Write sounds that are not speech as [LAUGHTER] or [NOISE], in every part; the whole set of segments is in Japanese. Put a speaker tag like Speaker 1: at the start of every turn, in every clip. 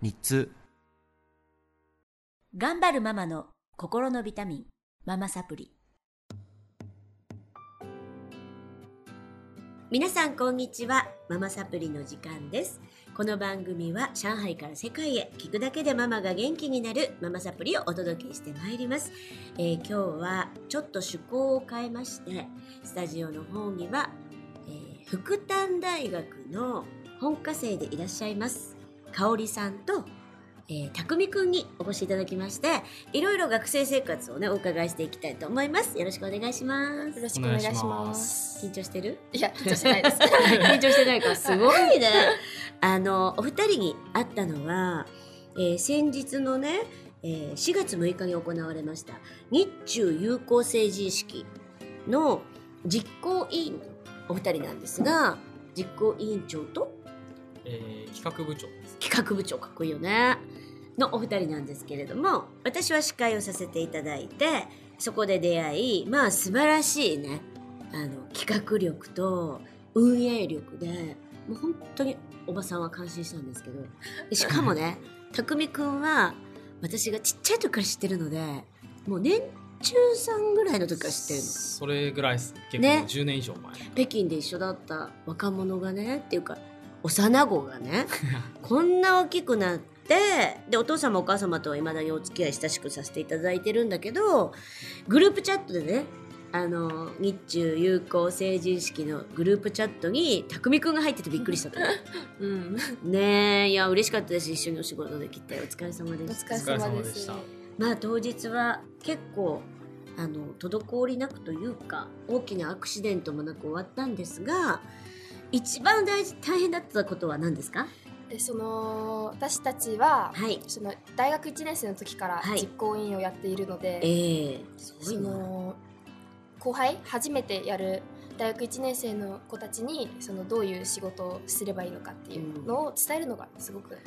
Speaker 1: 日通
Speaker 2: 頑張るママの心のビタミン、ママサプリ。皆さんこんにちは。ママサプリの時間です。この番組は上海から世界へ聞くだけでママが元気になるママサプリをお届けしてまいります。えー今日はちょっと趣向を変えまして、スタジオの方には、えー福旦大学の本科生でいらっしゃいます、かおりさんとえー、たくみくんにお越しいただきましていろいろ学生生活をねお伺いしていきたいと思いますよろしくお願いします
Speaker 3: よろ
Speaker 4: お
Speaker 3: しくお願
Speaker 4: 願
Speaker 3: い
Speaker 4: い
Speaker 3: し
Speaker 4: し
Speaker 3: ま。
Speaker 4: ますす。
Speaker 2: 緊張してる
Speaker 3: いや、緊張してないです。
Speaker 2: [LAUGHS] 緊張してない
Speaker 3: [LAUGHS]
Speaker 2: かすごいねあのお二人に会ったのは、えー、先日のね、えー、4月6日に行われました日中友好政治意識の実行委員のお二人なんですが実行委員長と
Speaker 4: えー、企画部長です。
Speaker 2: 企画部長かっこいいよねのお二人なんですけれども私は司会をさせていただいてそこで出会いまあ素晴らしいねあの企画力と運営力でもう本当におばさんは感心したんですけどでしかもね匠くんは私がちっちゃい時から知ってるのでもう年中さんぐらいの時から知ってるの
Speaker 4: それぐらいです。結構
Speaker 2: ね
Speaker 4: 10年以上前。
Speaker 2: 北京で一緒だった若者がねっていうか幼子がねこんな大きくなってでお父様お母様とはいまだにお付き合い親しくさせていただいてるんだけどグループチャットでねあの日中友好成人式のグループチャットに匠くんが入っててびっくりしたと
Speaker 3: うん、
Speaker 2: ねえいや嬉しかったです一緒にお仕事できてお疲れ様
Speaker 3: お
Speaker 2: です
Speaker 3: 疲れ様で
Speaker 4: お疲れ様でし
Speaker 3: す
Speaker 4: た。
Speaker 2: まあ当日は結構あの滞りなくというか大きなアクシデントもなく終わったんですが一番大事大変だったことは何ですか
Speaker 3: で、その、私たちは、
Speaker 2: はい
Speaker 3: その大学1年生の時から
Speaker 2: はい
Speaker 3: 実行委員をやっているので、
Speaker 2: ええすご
Speaker 3: そ
Speaker 2: いな
Speaker 3: の後輩初めてやる大学1年生の子たちにそのどういう仕事をすればいいのかっていうのを伝えるのがすごく、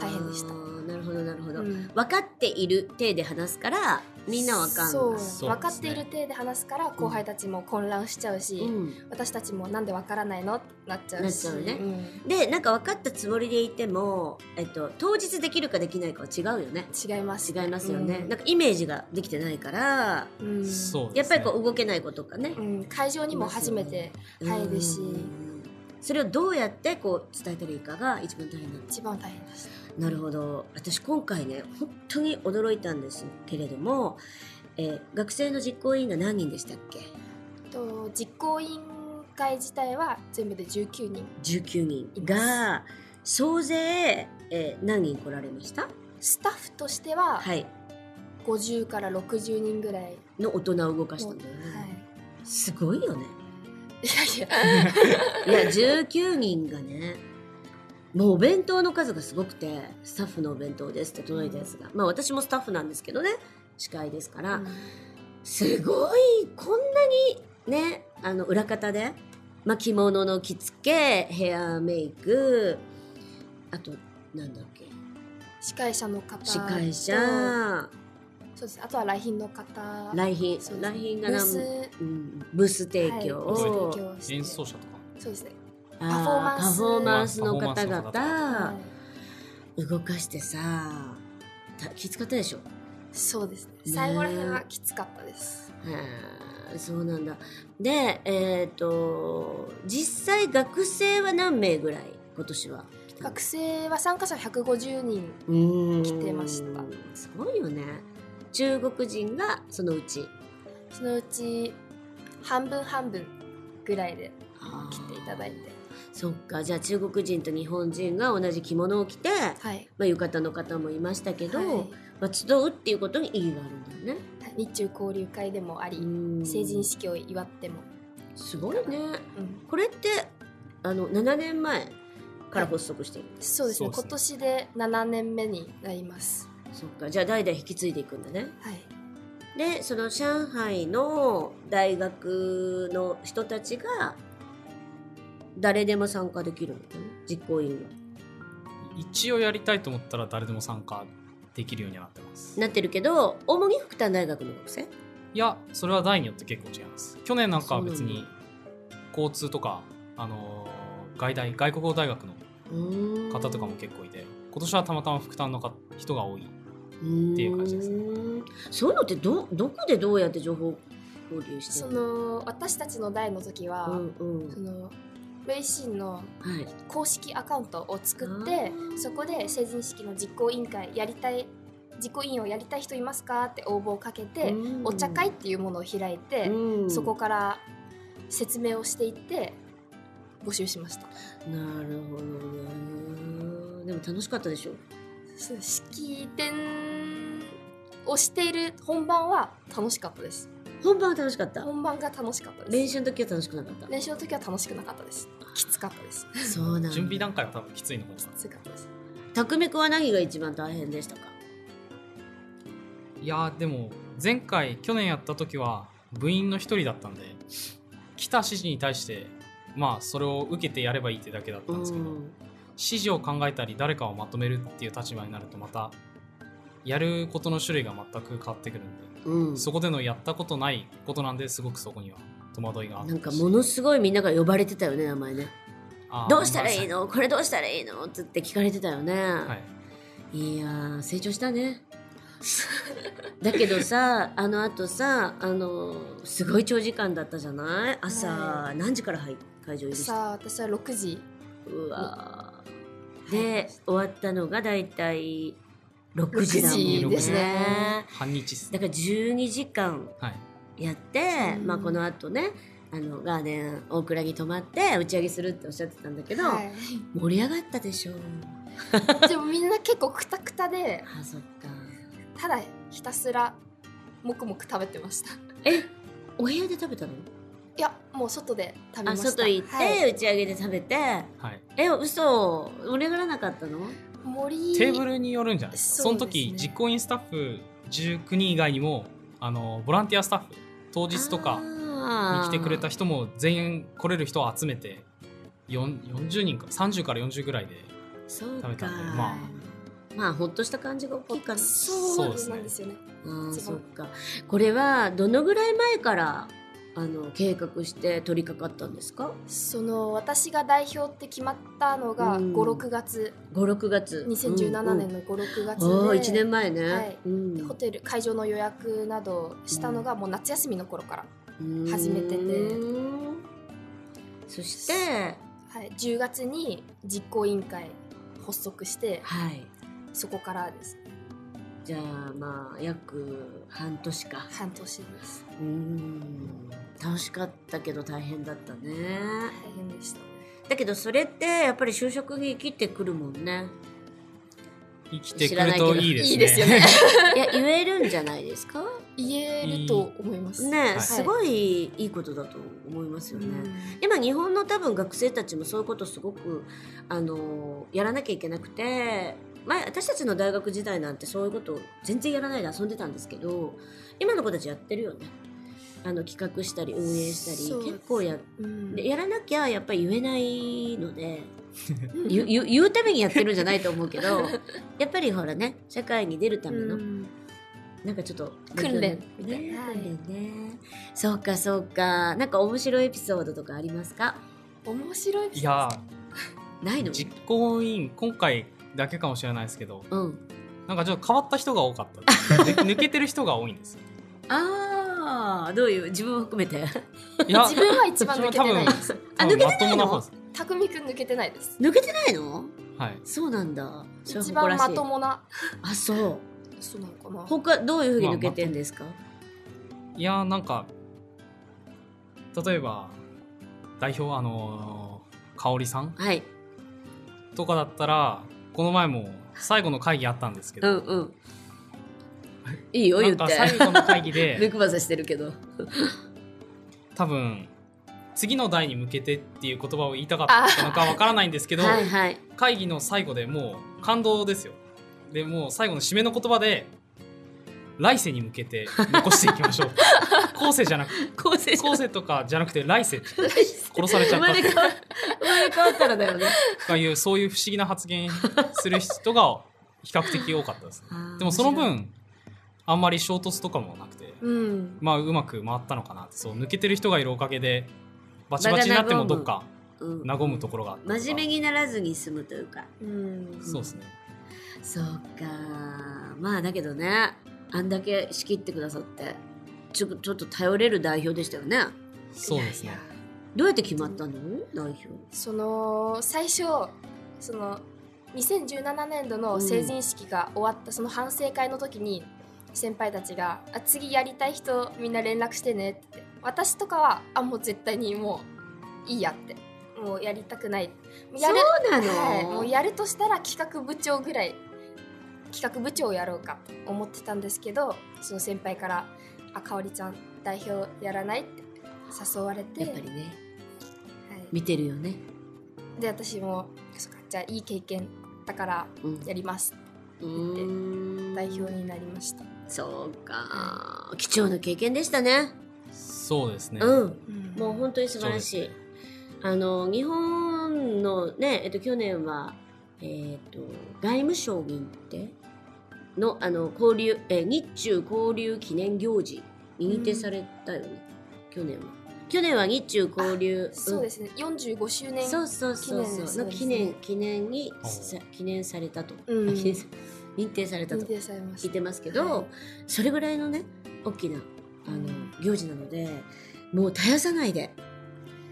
Speaker 3: 大変でした
Speaker 2: あーなるほどなるほど、
Speaker 3: うん
Speaker 2: 分かっている体で話すからみんなわかんない
Speaker 3: そう
Speaker 4: そう
Speaker 3: 分かっている体で話すから後輩たちも混乱しちゃうし、
Speaker 2: うん
Speaker 3: 私たちもなんでわからないのってなっちゃうし
Speaker 2: なっちゃうね
Speaker 3: ん
Speaker 2: でなんか分かったつもりでいても、えっと、当日できるかできないかは違うよね
Speaker 3: 違います
Speaker 2: 違いますよね、
Speaker 3: うん
Speaker 2: なんかイメージができてないから
Speaker 3: うん
Speaker 4: そうで
Speaker 2: やっ
Speaker 4: す
Speaker 2: ぱ
Speaker 4: ね
Speaker 2: りこう動けないことかね、
Speaker 3: うん、会場にも初めて入るし
Speaker 2: うんそれをどうやってこう伝えたらいいかが一番大変なんです
Speaker 3: 一番大変でし
Speaker 2: なるほど私今回ね本当に驚いたんですけれども、えー学生の実行委員が何人でしたっけ
Speaker 3: たと実行委員会自体は全部で19人
Speaker 2: 19人
Speaker 3: います
Speaker 2: が総勢、えー何人来られました
Speaker 3: スタッフとしては
Speaker 2: はい
Speaker 3: 50から60人ぐらい
Speaker 2: の大人を動かし
Speaker 3: の、
Speaker 2: た
Speaker 3: はい
Speaker 2: んだよね、すごいよね
Speaker 3: いや
Speaker 2: [LAUGHS]
Speaker 3: いや
Speaker 2: いや19人がねもうお弁当の数がすごくてスタッフのお弁当ですって届いたやつが、まあ私もスタッフなんですけどね司会ですから、
Speaker 3: うん
Speaker 2: すごいこんなにねあの裏方で巻物の着付けヘアメイクあとなんだっけ
Speaker 3: 司会者の方と
Speaker 2: 司会者
Speaker 3: そうですあとは来賓の方
Speaker 2: 来賓
Speaker 3: そうです
Speaker 2: 来賓が
Speaker 3: ブー
Speaker 2: 何
Speaker 3: ス
Speaker 2: うん、ブース提供
Speaker 3: はいブース
Speaker 2: を、
Speaker 3: 提供して
Speaker 4: 演奏者とか。
Speaker 3: そうですね
Speaker 2: あー
Speaker 3: パフォーマンス
Speaker 2: パフォーマンスの方々、
Speaker 4: パフォーマ
Speaker 3: は
Speaker 2: 動かしてさたきつかったでしょ
Speaker 3: いそうですね
Speaker 2: ね
Speaker 3: 最後らへんはきつかったです
Speaker 2: へーそうなんだでえっ、と実際学生は何名ぐらい今年は来たの
Speaker 3: 学生は参加者150人
Speaker 2: うーん
Speaker 3: 来てました
Speaker 2: すごいよね中国人がそのうち
Speaker 3: そのうち半分半分ぐらいで来ていただいて
Speaker 2: そっかじゃあ中国人と日本人が同じ着物を着て、
Speaker 3: はい
Speaker 2: まあ、浴衣の方もいましたけど、
Speaker 3: はい
Speaker 2: まあ、集うっていうことに意義があるんだよね
Speaker 3: 日中交流会でもあり、
Speaker 2: うん
Speaker 3: 成人式を祝っても、
Speaker 2: すごいね
Speaker 3: うん
Speaker 2: これってあの7年前から発足している、
Speaker 3: そうですね
Speaker 4: そう
Speaker 3: 今
Speaker 4: で
Speaker 3: 年で7年目になります
Speaker 2: そっかじゃあ代々引き継いでいくんだね
Speaker 3: はい
Speaker 2: でその上海の大学の人たちが誰でも参加できるのかな実行委員は
Speaker 4: 一応やりたいと思ったら誰でも参加できるようにはなってます
Speaker 2: なってるけど大茂木福旦大学の学生
Speaker 4: いやそれは代によって結構違います去年なんかは別
Speaker 2: そう
Speaker 4: に
Speaker 2: な
Speaker 4: 交通とか、あのー外大外国語大学の
Speaker 2: 方
Speaker 4: 方とかも結構いて今年はたまたま副担の方人が多いっていう感じですね
Speaker 2: そういうのってどどこでどうやって情報交流して
Speaker 3: そ
Speaker 2: るの
Speaker 3: の私たちの代の時は、
Speaker 2: うんうん
Speaker 3: そのウェイシンの
Speaker 2: はい
Speaker 3: 公式アカウントを作っ
Speaker 2: あ
Speaker 3: て
Speaker 2: ー
Speaker 3: そこで成人式の実行委員会やりたい実行委員をやりたい人いますかって応募をかけて、
Speaker 2: うん
Speaker 3: お茶会っていうものを開いて、
Speaker 2: うん
Speaker 3: そこから説明をしていって募集しました
Speaker 2: なるほどねでも楽しかったでしょ
Speaker 3: そう式典をしている本番は楽しかったです
Speaker 2: 本番は楽しかった
Speaker 3: 本番が楽しかったで
Speaker 2: 練
Speaker 3: す
Speaker 2: 習の時は楽しくなかった
Speaker 3: 練習の時は楽しくなかったですきつかったです
Speaker 2: そうなんだ
Speaker 4: 準備段階は多分きついのかな
Speaker 3: きつかったです
Speaker 2: 匠くんは何が一番大変でしたか
Speaker 4: いやーでも前回去年やった時は部員の一人だったんで来た指示に対してまあそれを受けてやればいいってだけだったんですけど、指示を考えたり誰かをまとめるっていう立場になるとまたやることの種類が全く変わってくるんで、
Speaker 2: うん
Speaker 4: そこでのやったことないことなんですごくそこには戸惑いがあった
Speaker 2: なんかものすごいみんなが呼ばれてたよね名前ね
Speaker 4: あー
Speaker 2: どうしたらいい
Speaker 4: ご
Speaker 2: のこれどうしたらいいのつって聞かれてたよね、
Speaker 4: めんなさいはい
Speaker 2: いやー成長したね [LAUGHS] だけどさあのあとさあのすごい長時間だったじゃない朝、
Speaker 3: は
Speaker 2: 何時から入会場入りした
Speaker 3: さあ私は6時
Speaker 2: うわーで終わったのがだいたい6時だもん
Speaker 4: 6時です
Speaker 3: ね
Speaker 4: 半日っす
Speaker 2: だから12時間
Speaker 4: はい
Speaker 2: やって、
Speaker 3: うん
Speaker 2: まあ、このあとねあのガーデン大倉に泊まって打ち上げするっておっしゃってたんだけど、
Speaker 3: は
Speaker 2: 盛り上がったでしょう
Speaker 3: い、 [LAUGHS] でもみんな結構クタクタで
Speaker 2: あそっか
Speaker 3: ただひたすらもくもく食べてましたい
Speaker 2: えお部屋で食べたの
Speaker 3: やもう外で食べま
Speaker 2: あ
Speaker 3: した
Speaker 2: 外行って、
Speaker 3: はい
Speaker 2: 打ち上げで食べて
Speaker 4: はい
Speaker 2: え嘘盛り上がらなかったの
Speaker 3: 森
Speaker 4: テーブルによるんじゃないですかそ
Speaker 3: そう
Speaker 4: の
Speaker 3: ですね
Speaker 4: 時実行委員スタッフ19人以外にもあのボランティアスタッフ当日とかに
Speaker 2: に
Speaker 4: 来てくれた人も全員来れる人を集めて4 40人か30から40ぐらいで
Speaker 2: そうか
Speaker 4: 食べたんでまあ
Speaker 2: まあほっとした感じが大きいかな
Speaker 3: そう
Speaker 4: そうですね
Speaker 3: なんですよね
Speaker 2: あー
Speaker 3: 一番
Speaker 2: そっかこれはどのぐらい前からあの計画して取り掛かったんですか
Speaker 3: その私が代表って決まったのが
Speaker 2: うん
Speaker 3: 56月
Speaker 2: 56月
Speaker 3: 2017年の56月
Speaker 2: う
Speaker 3: で、
Speaker 2: んうんあー1年前ね、
Speaker 3: はい
Speaker 2: うん
Speaker 3: ホテル会場の予約などしたのがもう夏休みの頃から、初めてで
Speaker 2: うんそして
Speaker 3: はい、10月に実行委員会発足して
Speaker 2: はい
Speaker 3: そこからです
Speaker 2: じゃあまあ約半年か
Speaker 3: 半年です
Speaker 2: うーん楽しかったけど大変だったね
Speaker 3: 大変でした
Speaker 2: だけどそれってやっぱり就職に生きてくるもんね
Speaker 4: 生きてくるといいですね
Speaker 3: いいですよね
Speaker 2: [LAUGHS] いや言えるんじゃないですか
Speaker 3: 言えると思います
Speaker 2: ね、
Speaker 4: はい
Speaker 2: すごいいいことだと思いますよね、
Speaker 3: うん
Speaker 2: 今日本の多分学生たちもそういうことすごくあのやらなきゃいけなくて前私たちの大学時代なんてそういうこと全然やらないで遊んでたんですけど今の子たちやってるよねあの企画したり運営した
Speaker 3: そう
Speaker 2: り
Speaker 3: です
Speaker 2: 結構や
Speaker 3: うん
Speaker 2: でやらなきゃやっぱり言えないので
Speaker 3: [LAUGHS]
Speaker 2: ゆゆ言うためにやってるんじゃないと思うけどやっぱりほらね社会に出るための、
Speaker 3: うん
Speaker 2: なんかちょっと
Speaker 3: 訓練
Speaker 2: みたい
Speaker 3: みたいな
Speaker 2: な、
Speaker 3: はい
Speaker 2: 訓練ねそうかそうかなんか面白いエピソードとかありますか
Speaker 3: 面白い
Speaker 4: いや
Speaker 2: ない
Speaker 4: ー
Speaker 2: の
Speaker 4: 実行委員今回だけかもしれないですけど
Speaker 2: うん
Speaker 4: なんかちょっと変わった人が多か
Speaker 3: [LAUGHS]
Speaker 4: ったですぬ抜けてる人が多いんですよ
Speaker 2: ああどういう自分を含めて
Speaker 4: いや
Speaker 3: 自分は一番抜けてないです
Speaker 2: あ抜けてないの
Speaker 4: 多分まともな方です
Speaker 3: 匠くん抜けてないです
Speaker 2: [LAUGHS] 抜けてないの
Speaker 4: はい
Speaker 2: そうなんだそれは
Speaker 3: 一番
Speaker 2: 誇ら
Speaker 3: ま
Speaker 2: しい
Speaker 3: ともな
Speaker 2: あそう
Speaker 3: そうなのかな
Speaker 2: 他どういうふうに抜けてんですか、
Speaker 4: いやーなんか例えば代表あのー、香織さん
Speaker 2: はい
Speaker 4: とかだったらこの前も最後の会議あったんですけ
Speaker 2: う
Speaker 4: ど、
Speaker 2: んうんいいよ
Speaker 4: な
Speaker 2: 言
Speaker 4: ん
Speaker 2: って [LAUGHS]
Speaker 4: か最後の会議
Speaker 2: 目
Speaker 4: で
Speaker 2: くばさしてるけど
Speaker 4: 多分次の代に向けてっていう言葉を言いたかったのかわからないんですけど、
Speaker 2: はいはい。
Speaker 4: 会議の最後でもう感動ですよでもう最後の締めの言葉で来世に向けて残していき
Speaker 2: [LAUGHS]
Speaker 4: ましょう後世じゃなく
Speaker 2: 構成
Speaker 4: 後世とかじゃなくて来世殺されち
Speaker 2: 生
Speaker 4: ゃっ
Speaker 2: ま
Speaker 4: た
Speaker 2: れ変わ生まれ変わったらだよね。
Speaker 4: とかいうそういう不思議な発言する人が比較的多かったですね [LAUGHS] でもその分あんまり衝突とかもなくて
Speaker 2: うん、
Speaker 4: まあうまく回ったのかなってそう抜けてる人がいるおかげでバチバチになってもどっか
Speaker 2: うん、
Speaker 4: 和むところがあったとか
Speaker 2: 真面目にならずに済むというか
Speaker 3: うん
Speaker 4: そうですね
Speaker 2: そうかまあだけどねあんだけ仕切ってくださってちょちょっと頼れる代表でしたよね
Speaker 4: そうですね
Speaker 2: いやいやどうやって決まったの代表
Speaker 3: その最初その2017年度の成人式が終わった、その反省会の時に先輩たちが「あ次やりたい人みんな連絡してね」って私とかは「あもう絶対にもういいや」ってもうやりたくないやる
Speaker 2: そうなの、
Speaker 3: はい、もうやるとしたら企画部長ぐらい企画部長をやろうかと思ってたんですけどその先輩から「あかおりちゃん代表やらない?」って誘われて
Speaker 2: やっぱりね
Speaker 3: はい
Speaker 2: 見てるよね、
Speaker 3: で私もそっかじゃあいい経験だから
Speaker 2: うん、
Speaker 3: やります
Speaker 2: うーん
Speaker 3: 代表になりました、
Speaker 2: そうか貴重な経験でしたね
Speaker 4: そうですね
Speaker 2: うん
Speaker 3: うん
Speaker 2: もう本当に素晴らし
Speaker 4: そう
Speaker 2: い
Speaker 4: です。ね
Speaker 2: あの日本のね、えっと、去年は、えっと外務省に行ってのあの交流、えー日中交流記念行事に認定されたよね、去年は。去年は日中交流
Speaker 3: そうですね45周
Speaker 2: うん
Speaker 3: 年
Speaker 2: そうそうそう
Speaker 3: 記念です
Speaker 2: そうの
Speaker 3: ね
Speaker 2: 記念記念にさ記念されたと、
Speaker 3: うん
Speaker 2: あ記念さ [LAUGHS] 認定されたと
Speaker 3: 認定されま
Speaker 2: 聞
Speaker 3: し
Speaker 2: い
Speaker 3: た
Speaker 2: てますけど、
Speaker 3: はい
Speaker 2: それぐらいのね大きなあの、
Speaker 3: うん
Speaker 2: 行事なのでもう絶やさないで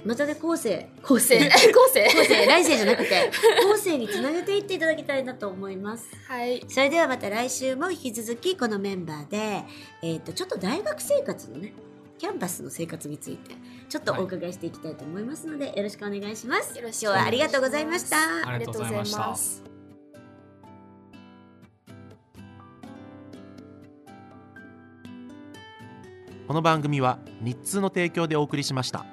Speaker 2: またね後世後
Speaker 3: [LAUGHS] 高生
Speaker 2: 世
Speaker 3: 高生
Speaker 2: 後世来世じゃなくて後世につなげていっていただきたいなと思います
Speaker 3: [LAUGHS] はい
Speaker 2: それではまた来週も引き続きこのメンバーで、えー、とちょっと大学生活のねキャンパスの生活についてちょっとお伺いしていきたいと思いますので、よろしくお願いします
Speaker 3: よろしく
Speaker 2: 今日はありがとうございました
Speaker 4: ありがとうございました
Speaker 3: ありがとうございます
Speaker 1: この番組は日通の提供でお送りしました